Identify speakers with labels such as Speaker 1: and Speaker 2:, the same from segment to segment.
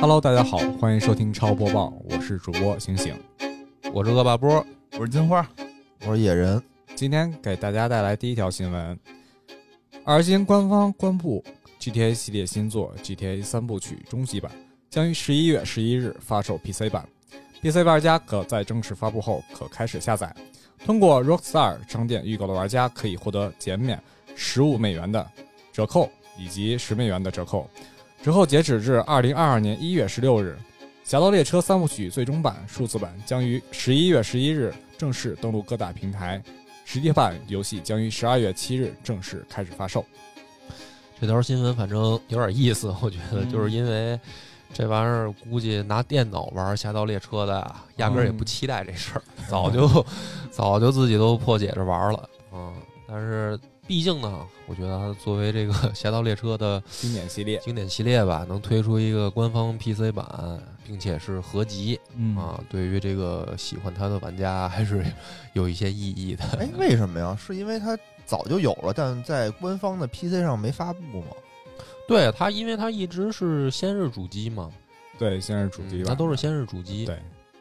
Speaker 1: Hello，大家好，欢迎收听超播报，我是主播醒醒，我是恶霸波。
Speaker 2: 我是金花，
Speaker 3: 我说野人，
Speaker 1: 今天给大家带来第一条新闻：RGN 官方公布 GTA 系列新作《GTA 三部曲》终极版将于十一月十一日发售 PC 版，PC 玩家可在正式发布后可开始下载。通过 Rockstar 商店预购的玩家可以获得减免十五美元的折扣以及十美元的折扣，折扣截止至二零二二年一月十六日。《侠盗猎车三部曲》最终版数字版将于十一月十一日正式登陆各大平台，实体版游戏将于十二月七日正式开始发售。
Speaker 2: 这条新闻反正有点意思，我觉得
Speaker 1: 嗯
Speaker 2: 就是因为这玩意儿，估计拿电脑玩《侠盗猎车》的啊，压根儿也
Speaker 1: 嗯
Speaker 2: 不期待这事儿，早就早就自己都破解着玩了，嗯，但是毕竟呢，我觉得它作为这个 《侠盗猎车》的
Speaker 1: 经典系列，
Speaker 2: 经典系列吧，能推出一个官方 PC 版，并且是合集
Speaker 1: 嗯
Speaker 2: 啊，对于这个喜欢它的玩家 还是有一些意义的。
Speaker 3: 哎，为什么呀？是因为它早就有了，但在官方的 PC 上没发布吗？
Speaker 2: 对它，因为它一直是先是主机嘛，
Speaker 1: 对，先是主机
Speaker 2: 嗯
Speaker 1: 版，
Speaker 2: 它都是先是主机。
Speaker 1: 对，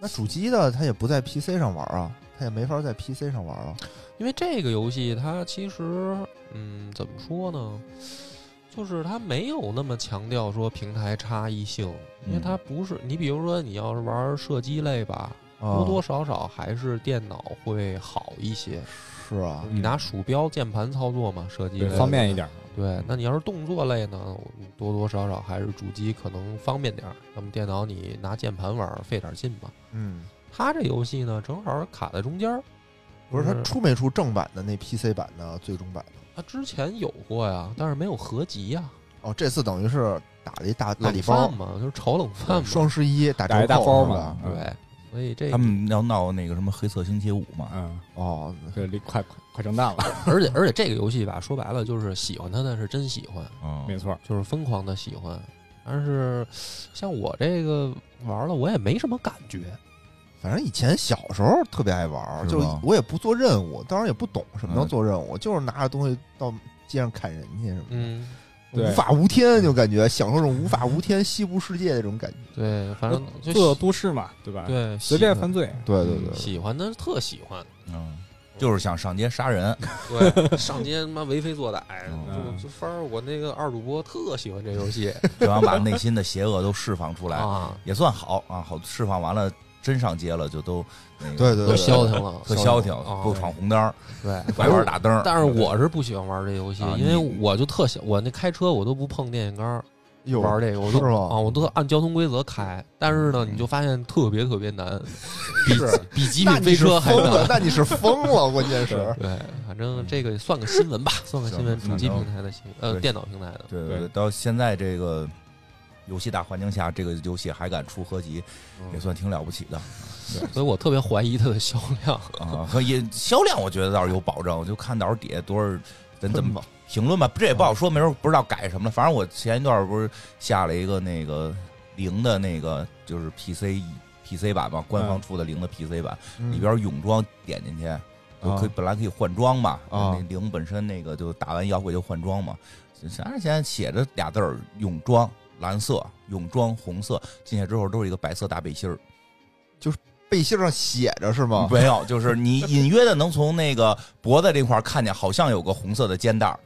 Speaker 3: 那主机的它也不在 PC 上玩啊，它也没法在 PC 上玩啊。
Speaker 2: 因为这个游戏它其实，嗯，怎么说呢？就是它没有那么强调说平台差异性，因为
Speaker 1: 嗯
Speaker 2: 它不是你，比如说你要是玩射击类吧，
Speaker 3: 啊
Speaker 2: 多多少少还是电脑会好一些。
Speaker 3: 是啊，
Speaker 2: 你拿鼠标、键盘操作嘛，射击
Speaker 1: 嗯对
Speaker 2: 类的
Speaker 1: 方便一点。
Speaker 2: 对，那你要是动作类呢，多多少少还是主机可能方便点儿。那么电脑你拿键盘玩儿费点儿劲嘛。
Speaker 3: 嗯，
Speaker 2: 它这游戏呢，正好卡在中间儿。
Speaker 3: 不是它
Speaker 2: 嗯
Speaker 3: 出没出正版的那 PC 版的最终版的？
Speaker 2: 它之前有过呀，但是没有合集呀，
Speaker 3: 哦，这次等于是打了一大大
Speaker 2: 冷
Speaker 3: 礼
Speaker 2: 饭
Speaker 3: 包，呃
Speaker 2: 嘛，就是炒冷饭嘛。
Speaker 3: 双十一打
Speaker 1: 打一
Speaker 3: 折
Speaker 1: 大包
Speaker 3: 扣
Speaker 1: 嘛
Speaker 3: 是吧？
Speaker 2: 对，所以这
Speaker 4: 他们要闹那个什么黑色星期五嘛，
Speaker 1: 嗯，
Speaker 3: 哦，
Speaker 1: 对，离快快快圣诞了，
Speaker 2: 而且而且这个游戏吧，说白了就是喜欢它的是真喜欢，
Speaker 4: 嗯，
Speaker 1: 没错。
Speaker 2: 就是疯狂的喜欢。但是像我这个玩了，我也没什么感觉。
Speaker 3: 反正以前小时候特别爱玩儿，
Speaker 4: 是
Speaker 3: 就
Speaker 4: 吗
Speaker 3: 我也不做任务，当然也不懂什么叫
Speaker 4: 嗯
Speaker 3: 做任务，就是拿着东西到街上砍人去什么的。
Speaker 2: 嗯，
Speaker 1: 对
Speaker 3: 无法无天，就感觉享受这种无法无天、西部世界的这种感觉。
Speaker 2: 对，反正就
Speaker 1: 罪恶
Speaker 2: 喜
Speaker 1: 都市嘛，对吧？，
Speaker 2: 对
Speaker 1: 随便
Speaker 2: 喜
Speaker 1: 犯罪，
Speaker 3: 对
Speaker 4: 对对
Speaker 2: 喜欢的特喜欢，
Speaker 4: 嗯，就是想上街杀人，
Speaker 2: 对， 上街他妈为非作歹，
Speaker 1: 嗯
Speaker 2: 就就反正我那个二主播特喜欢这游戏
Speaker 4: 就想把内心的邪恶都释放出来，
Speaker 2: 啊，
Speaker 4: 也算好啊，好释放完了，真上街了就都那个
Speaker 3: 对对
Speaker 2: 都
Speaker 3: 对，
Speaker 2: 消停了，
Speaker 4: 特消停
Speaker 2: 啊，
Speaker 4: 不闯红灯儿，
Speaker 2: 对，
Speaker 4: 拐弯打灯儿。
Speaker 2: 但是我是不喜欢玩这游戏，
Speaker 4: 啊
Speaker 2: 因为
Speaker 4: 你
Speaker 2: 我就特喜我那开车我都不碰电线杆儿
Speaker 3: 有哦
Speaker 2: 玩这个，我
Speaker 3: 是
Speaker 2: 都
Speaker 3: 吗？
Speaker 2: 啊我都按交通规则
Speaker 3: 嗯
Speaker 2: 开。但是呢，你就发现特别特别 难，比
Speaker 3: 是
Speaker 2: 比极
Speaker 3: 那
Speaker 2: 品
Speaker 3: 你
Speaker 2: 飞
Speaker 3: 是
Speaker 2: 车还
Speaker 3: 疯
Speaker 2: 难
Speaker 3: 了，。 那你嗯是疯了，关键是
Speaker 1: 对
Speaker 2: 对，反正这个算个新闻吧，算个新闻，
Speaker 4: 行
Speaker 2: 主机
Speaker 4: 反
Speaker 2: 平
Speaker 4: 正
Speaker 2: 台的新闻呃
Speaker 4: 对
Speaker 2: 电脑平台的，
Speaker 4: 对
Speaker 1: 对
Speaker 4: 对对，到现在这个游戏大环境下，这个游戏还敢出合集，
Speaker 3: 嗯
Speaker 4: 也算挺了不起的
Speaker 2: 所以我特别怀疑它的销 量。
Speaker 4: 啊。和也销量，我觉得倒是有保证，我就看到时候底下多少人怎么
Speaker 3: 吧？
Speaker 4: 评论吧，这也不好说，没准不知道改什么了。反正我前一段不是下了一个那个零的那个就是 PC PC 版嘛，官方出的零的 PC 版，
Speaker 3: 嗯
Speaker 4: 里边泳装点进去就可以，本来可以换装嘛，
Speaker 3: 啊
Speaker 4: 那零本身那个就打完摇滚就换装嘛，啥现在写着俩字儿泳装。蓝色泳装红色进去之后都是一个白色大背心儿，
Speaker 3: 背心上写着是吗？
Speaker 4: 没有，就是你隐约的能从那个脖子这块儿看见，好像有个红色的肩带儿，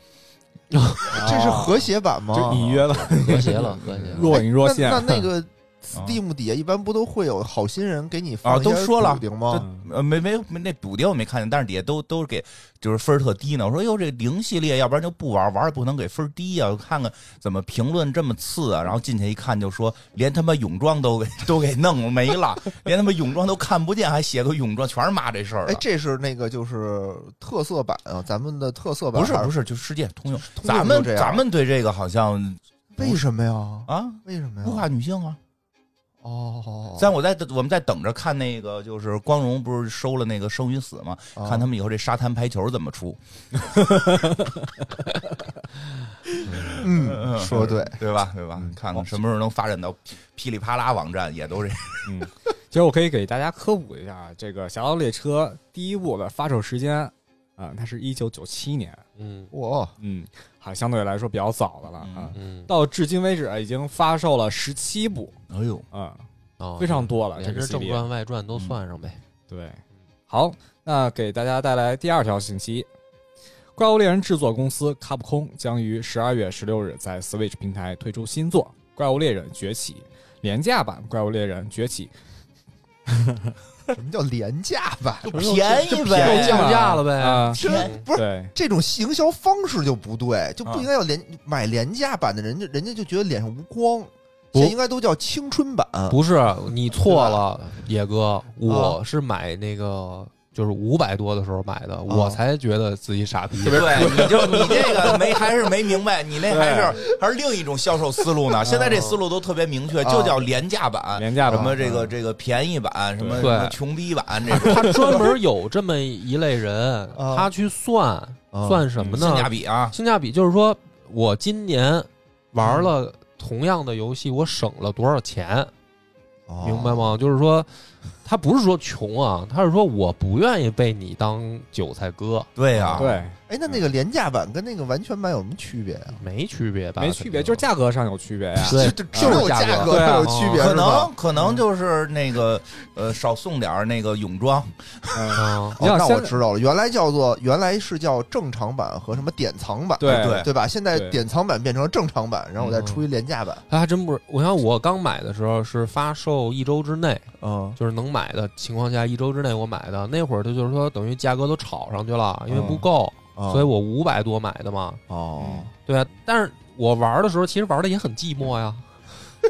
Speaker 3: 这是和谐版吗？
Speaker 1: 哦
Speaker 3: 哎
Speaker 1: 就隐约了，
Speaker 2: 和谐了，和谐 了。
Speaker 1: 若隐若现
Speaker 3: 那。那那个 Steam 底下一般不都会有好心人给你放
Speaker 4: 啊都说了
Speaker 3: 顶吗？
Speaker 1: 嗯
Speaker 4: 呃，没没没，那补丁我没看见，但是底下都都是给就是分儿特低呢。我说哟，哎这零系列，要不然就不玩，玩也不能给分儿低呀、我看看怎么评论这么次啊。然后进去一看，就说连他妈泳装都给都给弄没了，连他妈泳装都看不见，还写个泳装，全是骂这事儿
Speaker 3: 哎
Speaker 4: 的，。
Speaker 3: 这是那个就是特色版啊，咱们的特色版
Speaker 4: 不是
Speaker 3: 还
Speaker 4: 不是，就世界通用。
Speaker 3: 通
Speaker 4: 咱
Speaker 3: 用
Speaker 4: 们
Speaker 3: 都这样
Speaker 4: 咱们对这个好像
Speaker 3: 为什么呀？
Speaker 4: 啊，
Speaker 3: 为什么呀？
Speaker 4: 物化女性啊。
Speaker 3: 哦，
Speaker 4: 但我在我们在等着看那个，就是光荣不是收了那个生与死吗？
Speaker 3: 啊
Speaker 4: 看他们以后这沙滩排球怎么出。
Speaker 3: 嗯，说得对，
Speaker 4: 对吧？对吧？看看什么时候能发展到噼噼里啪啦网站，哎也都是
Speaker 1: 嗯，啊其实我可以给大家科普一下，这个《侠盗猎车》第一部的发售时间啊、它是一九九七年，
Speaker 2: 嗯
Speaker 3: 哇，
Speaker 1: 嗯，还相对来说比较早的了
Speaker 4: 嗯
Speaker 1: 啊。
Speaker 2: 嗯，
Speaker 1: 到至今为止啊，已经发售了十七部
Speaker 4: 哎呦，
Speaker 1: 啊、
Speaker 2: 哦
Speaker 1: 非常多了。这
Speaker 2: 也
Speaker 1: 个
Speaker 2: 是
Speaker 1: 系
Speaker 2: 正
Speaker 1: 列嗯
Speaker 2: 传外传都算上呗。
Speaker 1: 对，好，那给大家带来第二条信息：《怪物猎人》制作公司卡普空将于十二月十六日在 Switch 平台推出新作《怪物猎人崛起》廉价版《怪物猎人崛起》，
Speaker 3: 什么叫廉价版？
Speaker 4: 就便宜呗，
Speaker 2: 又降价了呗
Speaker 1: 啊、
Speaker 3: 这
Speaker 2: 嗯
Speaker 3: 不是
Speaker 1: 对，
Speaker 3: 这种营销方式就不对，就
Speaker 4: 啊
Speaker 3: 不应该叫廉买廉价版的人，家人家就觉得脸上无光，
Speaker 2: 不
Speaker 3: 这应该都叫青春版。
Speaker 2: 不是你错了，野哥，我
Speaker 3: 啊
Speaker 2: 是买那个就是五百多的时候买的，我才觉得自己傻逼。
Speaker 4: 对，你就你这个没还是没明白，你那还是还是另一种销售思路呢。现在这思路都特别明确，
Speaker 3: 啊
Speaker 4: 就叫廉价版，
Speaker 1: 廉价版
Speaker 4: 什么这个这个便宜版，什么
Speaker 2: 对
Speaker 4: 什么穷逼版，这种
Speaker 2: 他 专门有这么一类人，
Speaker 3: 啊
Speaker 2: 他去算、
Speaker 3: 啊
Speaker 2: 算什么呢？
Speaker 4: 性价比啊，
Speaker 2: 性价比就是说我今年玩了同样的游戏，我省了多少钱，
Speaker 3: 哦
Speaker 2: 明白？吗？就是说，他不是说穷啊，他是说我不愿意被你当韭菜割，
Speaker 4: 对呀、
Speaker 1: 对，啊
Speaker 3: 哎，那那个廉价版跟那个完全版有什么区别啊？
Speaker 2: 没区别吧？
Speaker 1: 没区别，就是价格上有区别呀、
Speaker 2: 对
Speaker 3: 就只
Speaker 2: 就是
Speaker 3: 有
Speaker 2: 价
Speaker 3: 价格
Speaker 2: 格哦
Speaker 1: 对啊
Speaker 3: 上有区别，
Speaker 4: 可
Speaker 3: 是吧哦
Speaker 4: 能可能就是那个呃，少送点儿那个泳装，
Speaker 1: 嗯，
Speaker 2: 啊，
Speaker 1: 你
Speaker 3: 哦，
Speaker 1: 想
Speaker 3: 那我
Speaker 1: 现在
Speaker 3: 知道了，原来叫做原来是叫正常版和什么典藏版，
Speaker 1: 对
Speaker 4: 对
Speaker 3: 对吧？现在
Speaker 1: 对
Speaker 3: 典藏版变成了正常版，然后我
Speaker 2: 嗯
Speaker 3: 再出一廉价版。
Speaker 2: 他还真不是。我想我刚买的时候是发售一周之内，
Speaker 3: 嗯
Speaker 2: 就是能买的情况下，一周之内我买的。那会儿他就是说，等于价格都炒上去了，因为不够，
Speaker 3: 嗯
Speaker 2: 所以我五百多买的嘛。
Speaker 3: 哦，
Speaker 2: 对啊，但是我玩的时候其实玩的也很寂寞呀，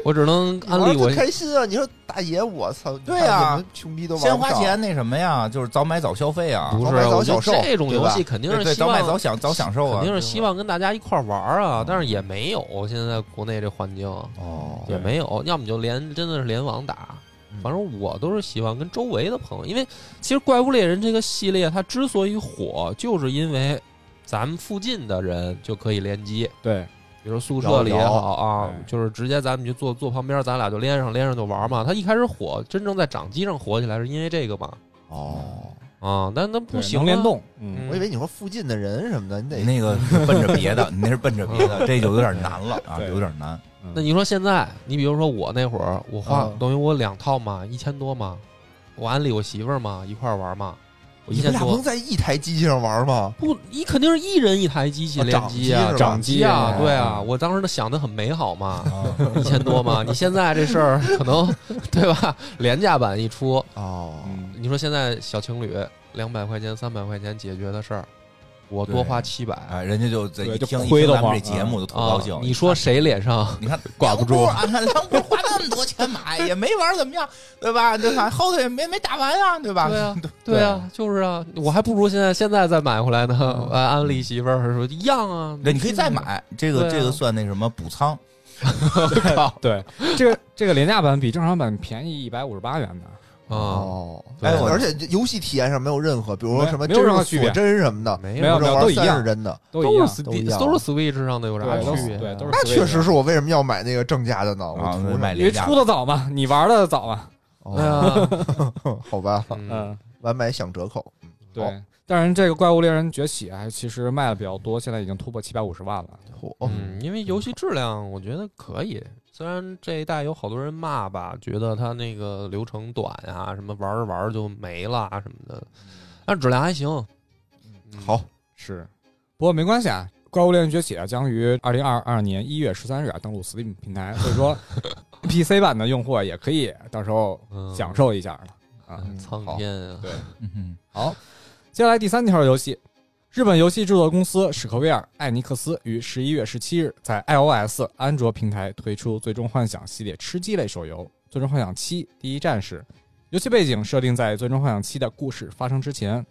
Speaker 2: 我只能安利
Speaker 3: 玩
Speaker 2: 我
Speaker 3: 得。开心啊！你说大爷，我操，你
Speaker 4: 对
Speaker 3: 看
Speaker 4: 啊
Speaker 3: 你们穷逼都玩
Speaker 4: 先
Speaker 3: 不
Speaker 4: 花
Speaker 3: 上
Speaker 4: 钱那什么呀，就是早买早消费啊，
Speaker 2: 不
Speaker 3: 早
Speaker 2: 是，
Speaker 3: 买早
Speaker 2: 我觉
Speaker 3: 享
Speaker 2: 得
Speaker 3: 受
Speaker 2: 这种
Speaker 3: 对
Speaker 2: 游
Speaker 3: 吧
Speaker 2: 戏肯定
Speaker 4: 对
Speaker 2: 是
Speaker 4: 对，
Speaker 2: 希
Speaker 4: 早买早
Speaker 2: 望，
Speaker 4: 享早享受
Speaker 2: 肯
Speaker 4: 啊
Speaker 2: 定，是希望跟大家一块儿玩儿啊，但是也没有，现在国内这环境
Speaker 3: 哦
Speaker 2: 也没有，要么就连真的是联网打。
Speaker 3: 嗯
Speaker 2: 反正我都是希望跟周围的朋友，因为其实《怪物猎人》这个系列它之所以火，就是因为咱们附近的人就可以联机，
Speaker 1: 对，
Speaker 2: 比如宿舍里也好啊
Speaker 3: 哎
Speaker 1: 对，
Speaker 2: 就是直接咱们就坐坐旁边，咱俩就连上连上就玩嘛。它一开始火，真正在掌机上火起来是因为这个嘛
Speaker 3: 哦，
Speaker 2: 啊，但那
Speaker 1: 对
Speaker 2: 不行
Speaker 1: 能
Speaker 2: 啊
Speaker 1: 联，动，嗯，
Speaker 2: 嗯
Speaker 3: 我以为你说附近的人什么的，你得
Speaker 4: 那个是奔着别的，你那是奔着别的，这就有点难了啊，
Speaker 1: 对
Speaker 4: 有点难。
Speaker 1: 嗯
Speaker 2: 那你说现在，你比如说我那会儿，我花、
Speaker 3: 嗯
Speaker 2: 等于我两套嘛，一千多嘛，我安利我媳妇儿嘛，一块儿玩嘛，我一
Speaker 3: 你们
Speaker 2: 千
Speaker 3: 俩不能
Speaker 2: 多。
Speaker 3: 在一台机器上玩吗？
Speaker 2: 不，你肯定是一人一台机器
Speaker 3: 啊
Speaker 2: 联机啊，
Speaker 1: 掌
Speaker 2: 机
Speaker 1: 机
Speaker 2: 啊，
Speaker 1: 哎
Speaker 2: 对啊，我当时想的很美好嘛，
Speaker 4: 啊
Speaker 2: 一千多嘛，你现在这事儿可能对吧？廉价版一出，
Speaker 3: 哦，
Speaker 1: 嗯
Speaker 2: 你说现在小情侣两百块钱、三百块钱解决的事儿，我多
Speaker 4: 对
Speaker 2: 花七百
Speaker 4: 哎，人家就在
Speaker 1: 对
Speaker 4: 一
Speaker 1: 就
Speaker 4: 听一
Speaker 1: 亏
Speaker 4: 听
Speaker 1: 得
Speaker 4: 咱们
Speaker 1: 慌
Speaker 4: 这节目就特
Speaker 2: 啊
Speaker 4: 高兴。，
Speaker 2: 你说谁脸上？
Speaker 4: 你看
Speaker 2: 挂不住
Speaker 4: 啊，看梁博花那么多钱买，也没玩怎么样，对吧？对吧？后头也没没打完呀，对吧？
Speaker 2: 对啊，对啊，就是啊，我还不如现在现在再买回来呢。安安利媳妇儿说一样啊，
Speaker 4: 对，你可以再买这个，
Speaker 2: 对啊
Speaker 4: 这个算那什么补仓，
Speaker 1: 对，这个这个廉价版比正常版便宜一百五十八元呢。
Speaker 2: 啊，
Speaker 3: 哦，
Speaker 2: 对
Speaker 3: 哎，
Speaker 4: 我
Speaker 3: 而且这游戏体验上没有任何，比如说
Speaker 1: 没
Speaker 3: 什么
Speaker 1: 没
Speaker 3: 真
Speaker 1: 有任何
Speaker 3: 人
Speaker 1: 区
Speaker 3: 锁
Speaker 1: 别
Speaker 3: 针什么的，
Speaker 2: 没
Speaker 1: 没有
Speaker 3: 我
Speaker 1: 没
Speaker 3: 这
Speaker 1: 有
Speaker 3: 玩
Speaker 1: 都
Speaker 3: 意
Speaker 1: 一
Speaker 3: 儿三
Speaker 1: 样
Speaker 3: 是真的，
Speaker 1: 都一
Speaker 2: 都
Speaker 1: 样，
Speaker 2: 是
Speaker 3: 都一
Speaker 2: Steam
Speaker 3: 样
Speaker 2: 都是 Switch 上的，有啥
Speaker 1: 对，都
Speaker 2: 区
Speaker 1: 是
Speaker 2: 别啊？
Speaker 1: 对，都是
Speaker 3: 那确实是
Speaker 1: 我，
Speaker 3: 我为什么要买那个正价的呢？我
Speaker 4: 啊
Speaker 3: 图
Speaker 4: 买
Speaker 1: 因为
Speaker 4: 廉价
Speaker 1: 出的早嘛，你玩的早嘛，
Speaker 2: 对啊，
Speaker 3: 哦 好吧，
Speaker 2: 嗯，
Speaker 1: 嗯，
Speaker 3: 完买享折扣。好
Speaker 1: 对。但是这个《怪物猎人崛起》啊，其实卖的比较多，现在已经突破七百五十万了。
Speaker 3: 嚯
Speaker 2: 嗯因为游戏质量我觉得可以，虽然这一代有好多人骂吧，觉得它那个流程短啊，什么玩着玩着就没了啊什么的，但质量还行。嗯
Speaker 3: 好，
Speaker 1: 是，不过没关系啊，《怪物猎人崛起》啊将于二零二二年一月十三日啊登陆 Steam 平台，所以说 PC 版的用户啊也可以到时候
Speaker 2: 嗯
Speaker 1: 享受一下了。啊
Speaker 2: 嗯苍
Speaker 3: 好
Speaker 2: 天啊，
Speaker 4: 嗯
Speaker 1: 好，接下来第三条游戏，日本游戏制作公司史克威尔艾尼克斯于十一月十七日在 iOS、安卓平台推出《最终幻想》系列吃鸡类手游《最终幻想七：第一战士》。游戏背景设定在《最终幻想七》的故事发生之前，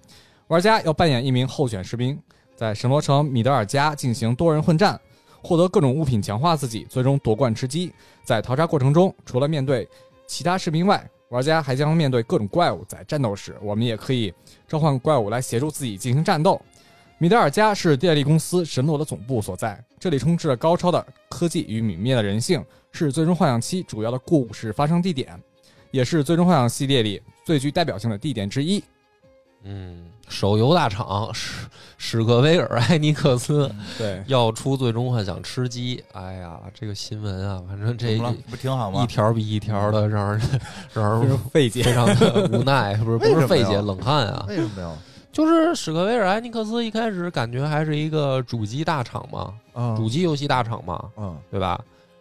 Speaker 1: 玩家要扮演一名候选士兵，在神罗城米德尔加进行多人混战，获得各种物品强化自己，最终夺冠吃鸡。在逃杀过程中，除了面对其他士兵外，玩家还将面对各种怪物。在战斗时，我们也可以召唤怪物来协助自己进行战斗。米德尔加是电力公司神罗的总部所在，这里充斥着高超的科技与泯灭的人性，是《最终幻想七》主要的故事发生地点，也是《最终幻想》系列里最具代表性的地点之一。
Speaker 2: 嗯，手游大厂史史克威尔艾尼克斯
Speaker 1: 对，
Speaker 2: 要出《最终幻想》吃鸡，哎呀，这个新闻啊，反正这
Speaker 4: 怎么了
Speaker 2: 一
Speaker 4: 不挺好吗？
Speaker 2: 条比一条的让人让
Speaker 1: 非常
Speaker 2: 人
Speaker 1: 费解
Speaker 2: 非。常的无奈，不是不
Speaker 3: 为什么呀
Speaker 2: 是费解冷汗啊，
Speaker 3: 为什么呀？
Speaker 2: 就是史克威尔艾尼克斯一开始感觉还是一个主机大厂嘛，
Speaker 4: 嗯
Speaker 3: 啊
Speaker 1: 嗯
Speaker 2: 主机游戏大厂嘛，
Speaker 3: 嗯
Speaker 2: 对吧？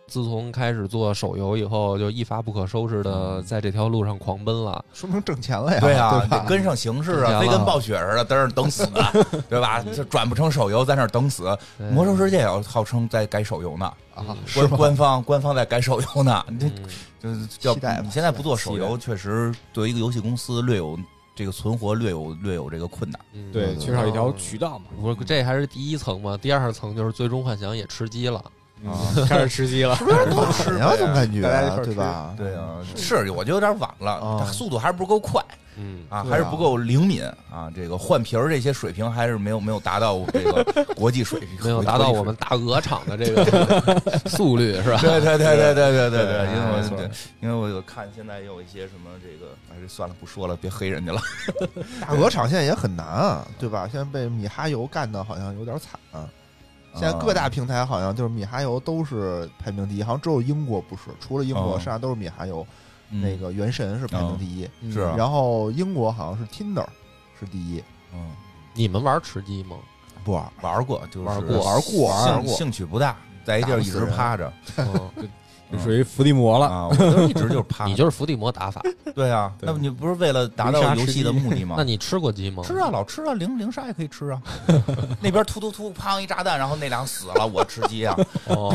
Speaker 2: 自从开始做手游以后，就一发不可收拾
Speaker 4: 嗯
Speaker 2: 的在这条路上狂奔了。
Speaker 3: 说明挣钱了呀，
Speaker 4: 对
Speaker 3: 呀，
Speaker 4: 啊，
Speaker 3: 对
Speaker 4: 得
Speaker 3: 吧？
Speaker 4: 跟上形势
Speaker 2: 挣钱
Speaker 4: 啊，
Speaker 2: 了
Speaker 4: 非跟暴雪似的，在那儿等死，啊对吧？这转不成手游，在那儿等死。
Speaker 2: 对
Speaker 4: 魔兽世界也号称在改手游呢，
Speaker 3: 啊，
Speaker 2: 嗯
Speaker 3: 是
Speaker 4: 官
Speaker 3: 吗
Speaker 4: 官方官方在改手游呢。这
Speaker 2: 嗯
Speaker 4: 就是要
Speaker 3: 期待吧
Speaker 4: 你现在不做手
Speaker 1: 期
Speaker 4: 游，确实对于一个游戏公司略有这个存活略有略有这个困难。
Speaker 2: 嗯
Speaker 1: 对，
Speaker 3: 嗯
Speaker 1: 缺少一条渠道嘛，
Speaker 2: 我这还是第一层嘛，第二层就是最终幻想也吃鸡了。
Speaker 3: 啊
Speaker 1: 嗯 开始吃鸡了，
Speaker 3: 不是多
Speaker 4: 吃
Speaker 3: 狠呀？
Speaker 4: 呗
Speaker 3: 总感觉啊
Speaker 1: 大家一块儿吃
Speaker 3: 对吧？
Speaker 4: 对啊，是我觉得有点晚了，
Speaker 3: 啊
Speaker 4: 它速度还是不够快
Speaker 2: 嗯，
Speaker 4: 啊，
Speaker 3: 对啊
Speaker 4: 还是不够灵敏啊。这个换皮儿这些水平还是没有没有达到这个国际水平，
Speaker 2: 没有达到我们大鹅厂的这个速率是吧？
Speaker 4: 对对对对对对对对，
Speaker 1: 对
Speaker 4: 因为
Speaker 1: 没错
Speaker 4: 我对，因为我有看现在有一些什么这个，哎，这算了，不说了，别黑人家了。
Speaker 3: 大鹅厂现在也很难啊，对吧？现在被米哈游干的好像有点惨啊。现在各大平台好像就是米哈游都是排名第一，好像只有英国不是，除了英国，
Speaker 4: 哦
Speaker 3: 剩下都是米哈游。
Speaker 4: 嗯
Speaker 3: 那，个《原神》是排名第一，
Speaker 4: 是啊
Speaker 3: 然后英国好像是 Tinder 是第一，
Speaker 4: 嗯，
Speaker 2: 你们玩吃鸡 吗？
Speaker 3: 不玩
Speaker 4: 玩过就是
Speaker 2: 玩过
Speaker 3: 玩过玩
Speaker 4: 兴
Speaker 3: 过
Speaker 4: 兴趣不大，在一地儿一直趴着
Speaker 2: 嗯
Speaker 1: 就属于伏地魔了。
Speaker 4: 啊，我就一直就是趴着。
Speaker 2: 你就是伏地魔打法。
Speaker 4: 对啊，
Speaker 1: 对
Speaker 4: 那么你不是为了达到游戏的目的 吗？
Speaker 2: 那你吃过鸡
Speaker 3: 哦
Speaker 2: 吗？
Speaker 4: 啊吃啊，老吃啊，零零杀也可以吃啊。 那边突突突，砰一炸弹，然后那俩死了，我吃鸡啊。
Speaker 2: 哦，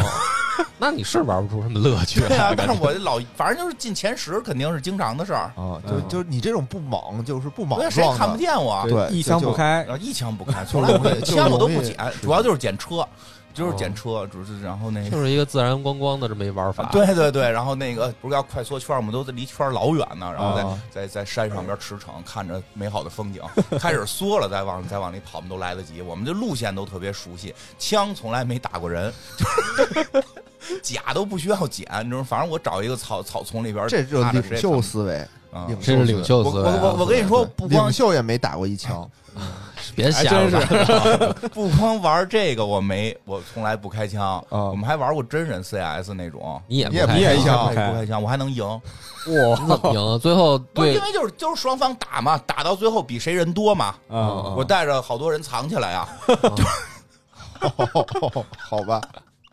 Speaker 2: 那你是玩不出什么乐趣
Speaker 4: 对
Speaker 2: 来。
Speaker 4: 啊，但是我老反正就是进前十肯定是经常的事儿，
Speaker 3: 啊，就
Speaker 1: 嗯
Speaker 3: 就是你这种不猛，就是不
Speaker 4: 对
Speaker 3: 莽
Speaker 4: 啊，谁也
Speaker 3: 撞
Speaker 4: 看不
Speaker 3: 的，
Speaker 4: 见我啊。
Speaker 3: 对
Speaker 1: 一枪
Speaker 3: 就
Speaker 1: 不开
Speaker 4: 然，后一枪不开，从来不会，
Speaker 3: 就
Speaker 4: 枪我都
Speaker 3: 容
Speaker 4: 不
Speaker 3: 易哦
Speaker 4: 捡，主要就是捡车，就是捡车，主是然后那
Speaker 2: 就
Speaker 4: 个。
Speaker 2: 是一个自然光光的这么一玩法，
Speaker 4: 对对对，然后那个不是要快缩圈，我们都离圈老远呢，然后在、
Speaker 3: 啊
Speaker 4: 在在山上边驰骋，看着美好的风景，开始缩了，再往再往里跑，我们都来得及。我们这路线都特别熟悉，枪从来没打过人， 甲都不需要捡，你知道吗？反正我找一个草草丛里边，
Speaker 3: 这就
Speaker 4: 踏着
Speaker 3: 领
Speaker 4: 谁也
Speaker 3: 袖
Speaker 4: 看
Speaker 3: 思维，
Speaker 4: 不啊
Speaker 3: 领袖
Speaker 2: 这是领袖
Speaker 4: 我
Speaker 2: 思维啊。
Speaker 4: 我我跟你说，不光
Speaker 3: 领袖也没打过一枪，
Speaker 2: 别
Speaker 1: 还
Speaker 2: 瞎
Speaker 1: 真
Speaker 2: 了吧
Speaker 1: 是
Speaker 4: 哎 不光玩这个，我没，我从来不开枪。
Speaker 3: 啊
Speaker 4: 我们还玩过真人 CS 那种，
Speaker 2: 你也
Speaker 3: 你也
Speaker 2: 太
Speaker 3: 不开
Speaker 2: 行
Speaker 3: 枪
Speaker 4: 我也不开枪，我还能赢。
Speaker 2: 你怎么赢啊？最后
Speaker 4: 不是
Speaker 2: 对
Speaker 4: 因，为就是就是双方打嘛，打到最后比谁人多嘛。
Speaker 1: 啊，
Speaker 4: 我带着好多人藏起来啊，
Speaker 3: 好吧，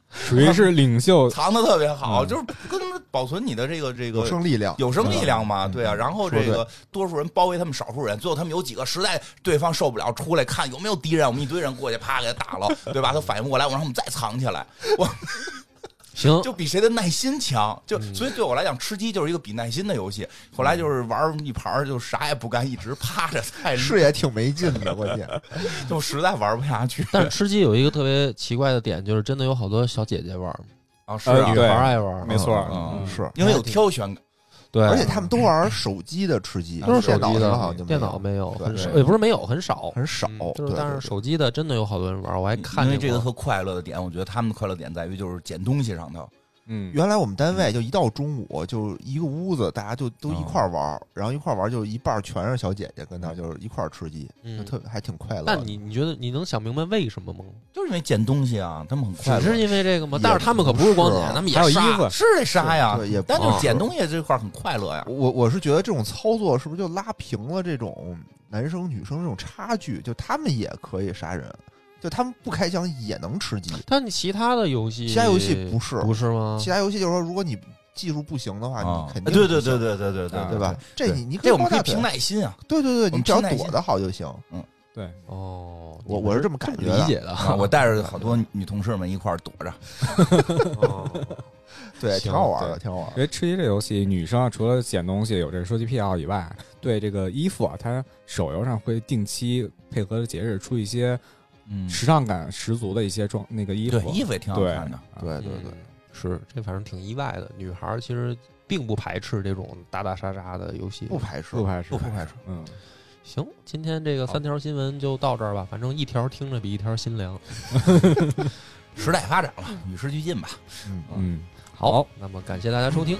Speaker 1: 属于是领袖
Speaker 4: 藏的特别好，
Speaker 1: 嗯
Speaker 4: 就是跟保存你的这个这
Speaker 3: 有
Speaker 4: 个。
Speaker 3: 生力量，
Speaker 4: 有生力量嘛，对啊，然后这
Speaker 3: 说
Speaker 4: 个多数人包围他们少数人，最后他们有几个实在对方受不了，出来看有没有敌人，我们一堆人过去啪给他打了，对吧？他反应不过来，我让他们再藏起来，
Speaker 2: 行，
Speaker 4: 就比谁的耐心强，就
Speaker 2: 嗯
Speaker 4: 所以对我来讲，吃鸡就是一个比耐心的游戏。后来就是玩一盘儿就啥也不干，一直趴着菜，
Speaker 3: 是也挺没劲的，关键
Speaker 4: 就实在玩不下去。
Speaker 2: 但是吃鸡有一个特别奇怪的点，就是真的有好多小姐姐玩，
Speaker 4: 啊，是
Speaker 1: 呃
Speaker 4: 啊
Speaker 2: 女
Speaker 1: 对
Speaker 2: 孩爱玩，
Speaker 1: 没错
Speaker 4: 嗯
Speaker 1: 嗯
Speaker 3: 是，
Speaker 4: 因为有挑选感，
Speaker 2: 对，
Speaker 3: 而且他们都玩手机的吃鸡，
Speaker 2: 嗯都是手
Speaker 3: 电脑
Speaker 2: 机
Speaker 3: 上
Speaker 2: 的，
Speaker 3: 好像就没有
Speaker 2: 电脑没有，
Speaker 3: 对
Speaker 2: 很少，
Speaker 4: 对
Speaker 2: 也不是没有，很少，
Speaker 3: 很少
Speaker 2: 嗯，就是
Speaker 3: 对
Speaker 2: 但是
Speaker 3: 对嗯
Speaker 2: 手机的真的有好多人玩，我还看
Speaker 4: 因为
Speaker 2: 见
Speaker 4: 这个
Speaker 2: 过
Speaker 4: 特快乐的点，我觉得他们的快乐点在于就是捡东西上头。
Speaker 1: 嗯，
Speaker 3: 原来我们单位就一到中午，就一个屋子，大家就都一块儿玩
Speaker 2: 嗯
Speaker 3: 儿，然后一块儿玩儿，就一半儿全是小姐姐跟那儿就是一块儿吃鸡，就
Speaker 2: 嗯，
Speaker 3: 特还挺快乐的。
Speaker 2: 那你你觉得你能想明白为什么吗？
Speaker 4: 就是因为捡东西啊，他们很快
Speaker 2: 只
Speaker 4: 乐
Speaker 2: 是。因为这个吗？
Speaker 3: 也
Speaker 2: 但是他们可不是光
Speaker 3: 不是
Speaker 2: 捡，他们也
Speaker 1: 还有衣
Speaker 2: 杀
Speaker 1: 服，
Speaker 4: 是得杀呀
Speaker 3: 对也，
Speaker 4: 但就
Speaker 2: 啊
Speaker 4: 是捡东西这块儿很快乐呀。
Speaker 3: 我我是觉得这种操作是不是就拉平了这种男生女生这种差距？就他们也可以杀人，就他们不开枪也能吃鸡。
Speaker 2: 但你其他的游戏，
Speaker 3: 其他游戏不是
Speaker 2: 不是吗？
Speaker 3: 其他游戏就是说，如果你技术不行的话，
Speaker 4: 啊
Speaker 3: 你肯，定
Speaker 4: 对对
Speaker 3: 不行
Speaker 4: 对对对对对
Speaker 1: 啊
Speaker 3: 对吧？这
Speaker 4: 对
Speaker 3: 你你可以
Speaker 4: 这我们
Speaker 3: 抱
Speaker 4: 可以
Speaker 3: 大腿
Speaker 4: 凭耐心啊
Speaker 3: 对对对，
Speaker 4: 我
Speaker 3: 你
Speaker 4: 们
Speaker 3: 只要
Speaker 4: 凭耐心
Speaker 3: 躲得好就行。
Speaker 1: 对，
Speaker 2: 哦，
Speaker 3: 我
Speaker 2: 你们
Speaker 3: 我是这么感觉
Speaker 2: 理
Speaker 3: 的
Speaker 2: 解的，
Speaker 4: 啊！我带着好多女同事们一块儿躲着，
Speaker 2: 哦
Speaker 3: 对，
Speaker 2: 行
Speaker 3: 挺好玩的，
Speaker 1: 对
Speaker 3: 挺好玩
Speaker 1: 因。为吃鸡这游戏，女生啊，除了捡东西有这个收集癖好以外，对这个衣服啊，它手游上会定期配合节日出一些
Speaker 4: 嗯
Speaker 1: 时尚感十足的一些装那个衣服，
Speaker 4: 对，衣服也挺好
Speaker 1: 对
Speaker 4: 看的。
Speaker 1: 啊
Speaker 3: 对对对
Speaker 2: 嗯，是这反正挺意外的。女孩儿其实并不排斥这种打打杀杀的游戏。
Speaker 3: 不排斥
Speaker 1: 不，排斥，
Speaker 4: 不排
Speaker 1: 斥，嗯，
Speaker 2: 行，今天这个三条新闻就到这儿吧，反正一条听着比一条心凉。
Speaker 4: 时代发展了，与时俱进吧。
Speaker 3: 嗯。
Speaker 1: 嗯。
Speaker 2: 好，
Speaker 1: 好
Speaker 2: 那么感谢大家收听，